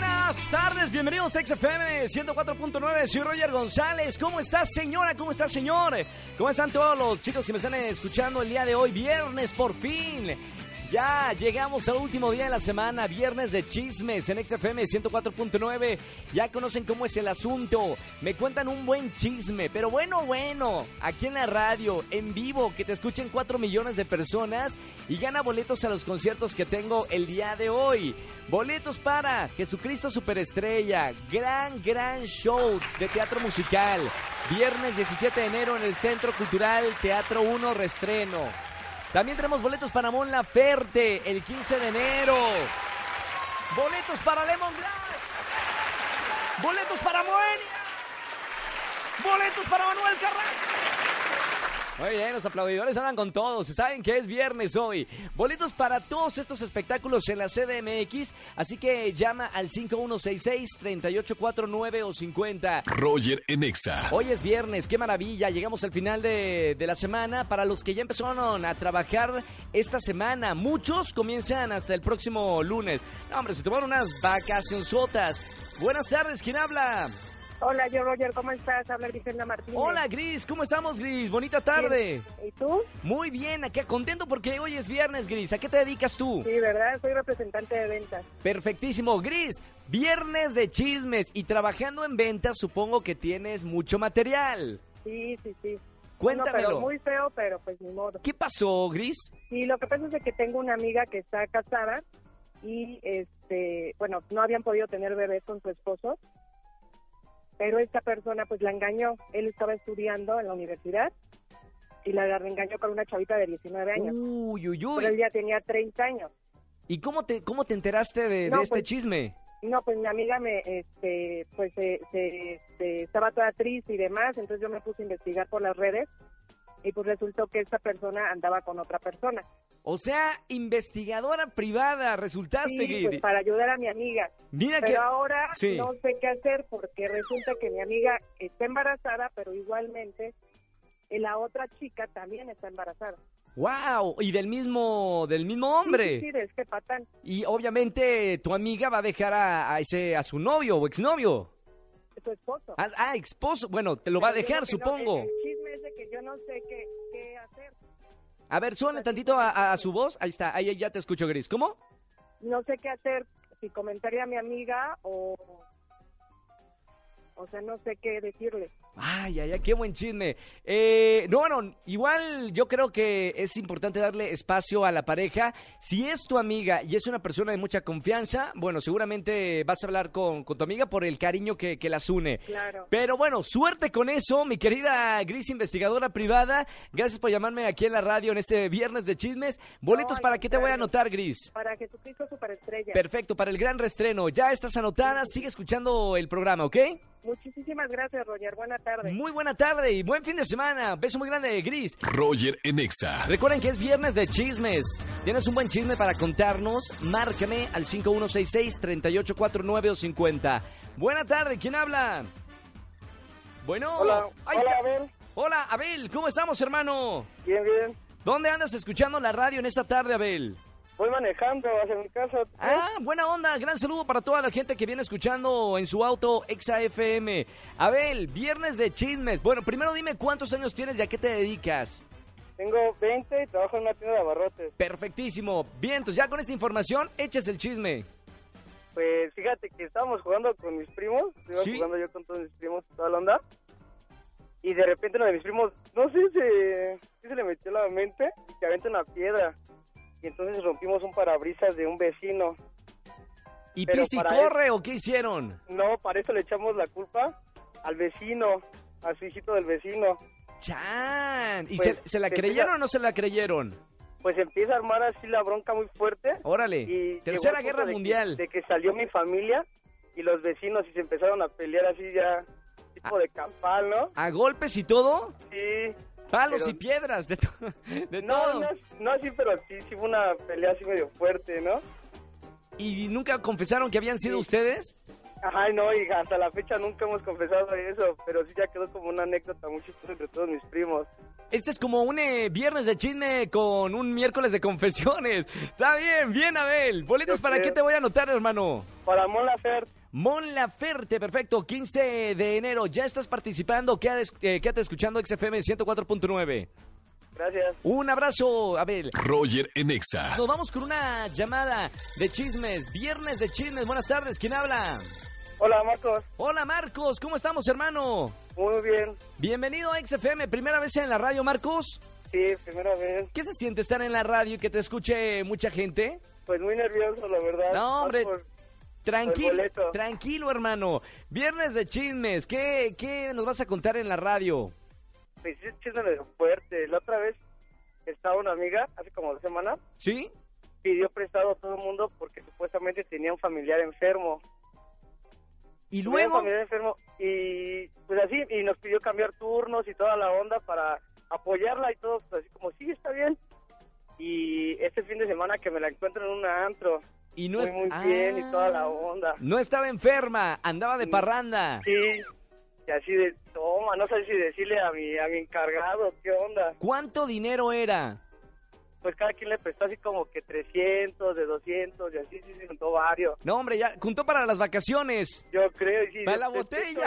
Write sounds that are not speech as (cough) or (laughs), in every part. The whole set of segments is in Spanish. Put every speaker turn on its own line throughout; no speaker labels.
Buenas tardes, bienvenidos a XFM 104.9, soy Roger González. ¿Cómo está señora? ¿Cómo está señor? ¿Cómo están todos los chicos que me están escuchando el día de hoy? Viernes, por fin. Ya llegamos al último día de la semana, viernes de chismes en XFM 104.9. Ya conocen cómo es el asunto. Me cuentan un buen chisme, pero bueno, bueno, aquí en la radio, en vivo, que te escuchen 4 millones de personas y gana boletos a los conciertos que tengo el día de hoy. Boletos para Jesucristo Superestrella, gran, gran show de teatro musical. Viernes 17 de enero en el Centro Cultural Teatro 1 Restreno. También tenemos boletos para Mon Laferte el 15 de enero. Boletos para Lemon Glass. Boletos para Moenia. Boletos para Manuel Carrasco. Muy bien, los aplaudidores andan con todos. Saben que es viernes hoy. Boletos para todos estos espectáculos en la CDMX. Así que llama al 5166-3849 o 50.
Roger en Exa.
Hoy es viernes, qué maravilla. Llegamos al final de, de la semana. Para los que ya empezaron a trabajar esta semana, muchos comienzan hasta el próximo lunes. No, hombre, se tomaron unas vacacionzotas. Buenas tardes, ¿quién habla?
Hola, yo Roger, ¿cómo estás? Habla Griselda Martínez.
Hola Gris, ¿cómo estamos Gris? Bonita tarde.
Bien. ¿Y tú?
Muy bien, acá contento porque hoy es viernes Gris. ¿A qué te dedicas tú?
Sí, ¿verdad? Soy representante de ventas.
Perfectísimo Gris, viernes de chismes y trabajando en ventas supongo que tienes mucho material.
Sí, sí, sí.
Cuéntamelo.
Uno, pero muy feo, pero pues ni modo.
¿Qué pasó Gris?
Y lo que pasa es de que tengo una amiga que está casada y, este, bueno, no habían podido tener bebés con su esposo pero esta persona pues la engañó. Él estaba estudiando en la universidad y la engañó con una chavita de 19 años.
Uy, uy, uy.
Pero él ya tenía 30 años.
¿Y cómo te, cómo te enteraste de, de
No,
este
pues,
chisme?
No, pues mi amiga me, este, pues se- se- este, estaba toda triste y demás, entonces yo me puse a investigar por las redes y pues resultó que esta persona andaba con otra persona.
O sea, investigadora privada, resultaste
Sí, pues
Gris.
para ayudar a mi amiga.
Mira que...
Pero ahora
Ah, sí.
no sé qué hacer porque resulta que mi amiga está embarazada, pero igualmente eh, la otra chica también está embarazada.
¡Wow! Y del mismo, del mismo hombre.
Sí, sí, sí, de este patán.
Y obviamente tu amiga va a dejar a, a ese a su novio o exnovio.
su esposo.
Ah, ah, esposo. Bueno, te lo va a
Pero yo
dejar,
lo que no-
supongo.
el- el chisme es de que yo no sé qué, qué hacer.
A ver, suena tantito a, a- a su voz. Ahí está, ahí ahí ya te escucho, Gris. ¿Cómo?
No sé qué hacer, si comentarle a mi amiga o... O sea, no sé qué decirle.
Ay, ay, ay, qué buen chisme. Eh, no, bueno, igual yo creo que es importante darle espacio a la pareja. Si es tu amiga y es una persona de mucha confianza, bueno, seguramente vas a hablar con, con tu amiga por el cariño que, que las une.
Claro.
Pero bueno, suerte con eso, mi querida Gris investigadora privada. Gracias por llamarme aquí en la radio en este viernes de chismes. Boletos
al
para qué te voy a
contrario.
anotar, Gris.
Para Jesucristo Superestrella.
Perfecto, para el gran restreno. Ya estás anotada, sigue escuchando el programa, ¿ok?
Muchísimas gracias, Roger. Buena tarde.
Muy buena tarde y buen fin de semana. Beso muy grande, Gris.
Roger en Exa.
Recuerden que es viernes de chismes. ¿Tienes un buen chisme para contarnos? Márcame al 5166-3849 o 50. Buena tarde, ¿quién habla? Bueno,
Hola,
ahí
hola
está.
Abel.
Hola, Abel, ¿cómo estamos, hermano?
Bien, bien.
¿Dónde andas escuchando la radio en esta tarde, Abel?
Voy manejando hacia mi casa.
Ah, buena onda, gran saludo para toda la gente que viene escuchando en su auto Exa FM. Abel, viernes de chismes. Bueno, primero dime cuántos años tienes y a qué te dedicas.
Tengo 20 y trabajo en una tienda de abarrotes.
Perfectísimo. Bien, entonces ya con esta información eches el chisme.
Pues fíjate que estábamos jugando con mis primos. Iba
Sí.
jugando yo con todos mis primos, toda la onda. Y de repente uno de mis primos, no sé, se, qué se le metió a la mente y que aventó una piedra. Y entonces rompimos un parabrisas de un vecino.
¿Y
Pero
Pisi
para
corre o qué hicieron?
No, para eso le echamos la culpa al vecino, a su hijito del vecino.
¡Chan! ¿Y
Pues,
se, se la
se empieza-
creyeron o no se la creyeron?
Pues empieza a armar así la bronca muy fuerte.
Órale.
y llegó
Tercera
el punto
Guerra
de que-
Mundial.
de que salió mi familia y los vecinos y se
Ah.
empezaron a pelear así ya, tipo de campal, ¿no?
¿A golpes y todo?
Sí,
Palos
Pero-
y piedras, de, to- (laughs) de
No,
todo.
no, no así, pero sí, sí fue una pelea así medio fuerte, ¿no?
¿Y nunca confesaron que habían sido
Sí.
ustedes?
Ay, no, y hasta la fecha nunca hemos confesado eso, pero sí ya quedó como una anécdota muy chistosa entre todos mis primos.
Este es como un eh, viernes de chisme con un miércoles de confesiones. (laughs) Está bien, bien, Abel. Boletos,
Yo
¿para qué
creo.
te voy a anotar, hermano?
Para Mon Laferte,
Mon Laferte, perfecto, 15 de enero. Ya estás participando. Quédate, eh, quédate escuchando XFM 104.9.
gracias.
Un abrazo, Abel.
Roger en Exa.
Nos vamos con una llamada de chismes. Viernes de chismes. Buenas tardes, ¿quién habla?
Hola, Marcos.
Hola, Marcos. ¿Cómo estamos, hermano?
Muy bien.
Bienvenido a XFM. Primera vez en la radio, Marcos.
Sí, primera vez.
¿Qué se siente estar en la radio y que te escuche mucha gente?
Pues muy nervioso, la verdad.
No,
Más
hombre.
por- El
Tranquilo,
boleto.
tranquilo, hermano. Viernes de chismes. ¿Qué, ¿Qué nos vas a contar en la radio?
Pues sí, es chisme medio fuerte. La otra vez estaba una amiga, hace como dos semanas,
¿Sí?
pidió prestado a todo el mundo porque supuestamente tenía un familiar enfermo.
Y
Tenía un
luego.
familiar enfermo y pues así, y nos pidió cambiar turnos y toda la onda para apoyarla y todos pues, así como, sí, está bien. Y este fin de semana que me la encuentro en un antro,
Y no
muy,
es-
muy bien y toda la
Ah.
onda.
No estaba enferma, andaba de
Mm.
parranda.
Sí, y así de, toma, no sé si decirle a mi, a mi encargado, qué onda.
¿Cuánto dinero era?
Pues cada quien le prestó así como que 300, de 200 y así sí se juntó varios.
No, hombre, ya juntó para las vacaciones.
Yo creo, y sí.
Para la
de- de-
botella.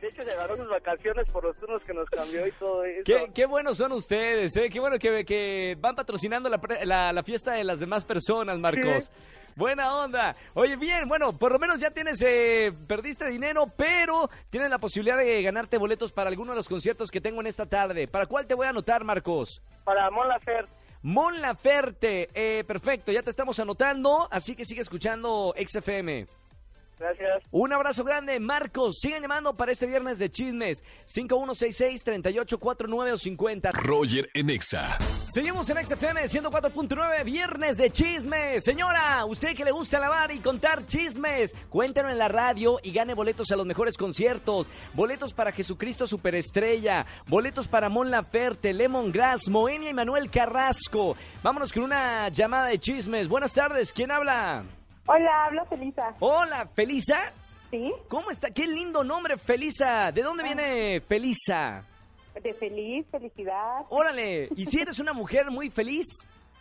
De hecho, se ganó sus vacaciones por los turnos que nos cambió y todo eso.
(laughs) Qué, qué buenos son ustedes, ¿eh? Qué bueno que, que van patrocinando la, pre- la- la fiesta de las demás personas, Marcos. Buena onda. Oye, bien, bueno, por lo menos ya tienes, eh, perdiste dinero, pero tienes la posibilidad de ganarte boletos para alguno de los conciertos que tengo en esta tarde. ¿Para cuál te voy a anotar, Marcos?
Para Mon Laferte,
Mon Laferte. Eh, perfecto, ya te estamos anotando, así que sigue escuchando XFM.
gracias.
Un abrazo grande, Marcos. Sigan llamando para este viernes de chismes. 5166-3849 o 50.
Roger en Exa.
Seguimos en XFM 104.9, viernes de chismes. Señora, usted que le gusta lavar y contar chismes, cuéntelo en la radio y gane boletos a los mejores conciertos. Boletos para Jesucristo Superestrella, boletos para Mon Laferte, Lemon Grass, Moenia y Manuel Carrasco. Vámonos con una llamada de chismes. Buenas tardes, ¿quién habla?
Hola, habla Felisa.
Hola, Felisa.
¿Sí?
¿Cómo está? Qué lindo nombre, Felisa. ¿De dónde viene Felisa?
De feliz, felicidad.
Órale, y si eres una mujer muy feliz,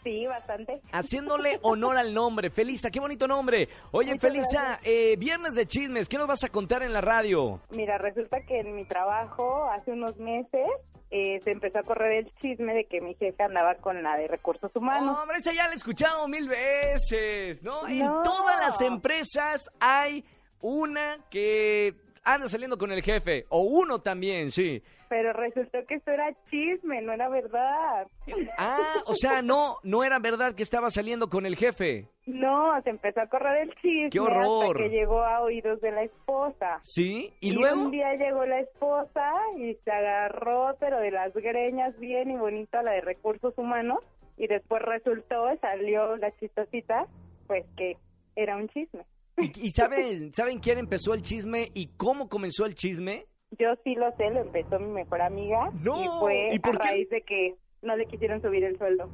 Sí, bastante.
haciéndole honor al nombre. Felisa, qué bonito nombre. Oye,
Muchas
Felisa, eh, viernes de chismes, ¿qué nos vas a contar en la radio?
Mira, resulta que en mi trabajo hace unos meses eh, se empezó a correr el chisme de que mi jefe andaba con la de recursos humanos.
Hombre, esa ya la he escuchado mil veces, ¿no? En
No.
todas las empresas hay una que anda saliendo con el jefe, o uno también, sí.
Pero resultó que esto era chisme, no era verdad.
Ah, o sea, no, no era verdad que estaba saliendo con el jefe.
No, se empezó a correr el chisme.
¡Qué horror!
Hasta que llegó a oídos de la esposa.
¿Sí? ¿Y, luego?
un día llegó la esposa y se agarró, pero de las greñas bien y bonito a la de recursos humanos. Y después resultó, salió la chistosita, pues que era un chisme.
¿Y, y saben, saben quién empezó el chisme y cómo comenzó el chisme?
Yo sí lo sé, lo empezó mi mejor amiga.
¡No!
Y fue
¿Y por
a
qué?
raíz de que no le quisieron subir el sueldo.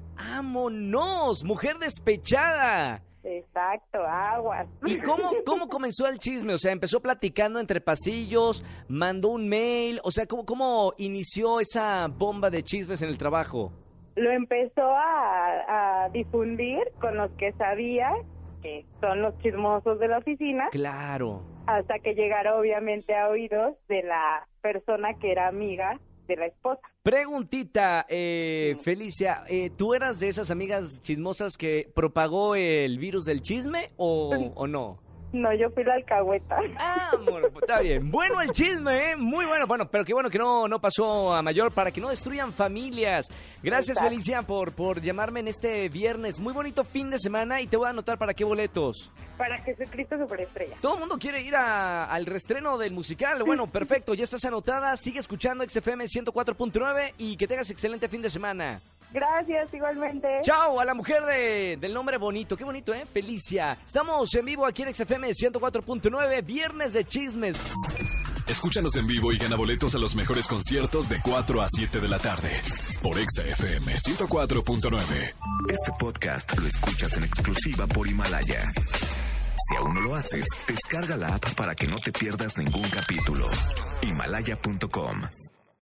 ¡Vámonos! ¡Mujer despechada!
Exacto, aguas.
¿Y cómo, cómo comenzó el chisme? O sea, empezó platicando entre pasillos, mandó un mail. O sea, ¿cómo, cómo inició esa bomba de chismes en el trabajo?
Lo empezó a, a difundir con los que sabía que son los chismosos de la oficina.
Claro.
hasta que llegara obviamente a oídos de la persona que era amiga de la esposa.
Preguntita, eh, Felicia, eh, ¿tú eras de esas amigas chismosas que propagó el virus del chisme o, o no?
No, yo fui la alcahueta. (laughs)
Ah, bueno, pues, está bien. Bueno el chisme, ¿eh? Muy bueno. Bueno, pero qué bueno que no, no pasó a mayor para que no destruyan familias. Gracias,
Exacto.
Felicia, por, por llamarme en este viernes. Muy bonito fin de semana y te voy a anotar para qué boletos.
Para Jesucristo Superestrella.
Todo el mundo quiere ir a- al restreno del musical. Bueno, perfecto, ya estás anotada. Sigue escuchando XFM 104.9 y que tengas excelente fin de semana.
¿Eh? Gracias, igualmente.
Chao a la mujer de- del nombre bonito. Qué bonito, ¿eh? Felicia. Estamos en vivo aquí en XFM 104.9, viernes de chismes.
Escúchanos en vivo y gana boletos a los mejores conciertos de 4 a 7 de la tarde por Exa FM 104.9.
Este podcast lo escuchas en exclusiva por Himalaya. Si aún no lo haces, descarga la app para que no te pierdas ningún capítulo. Himalaya.com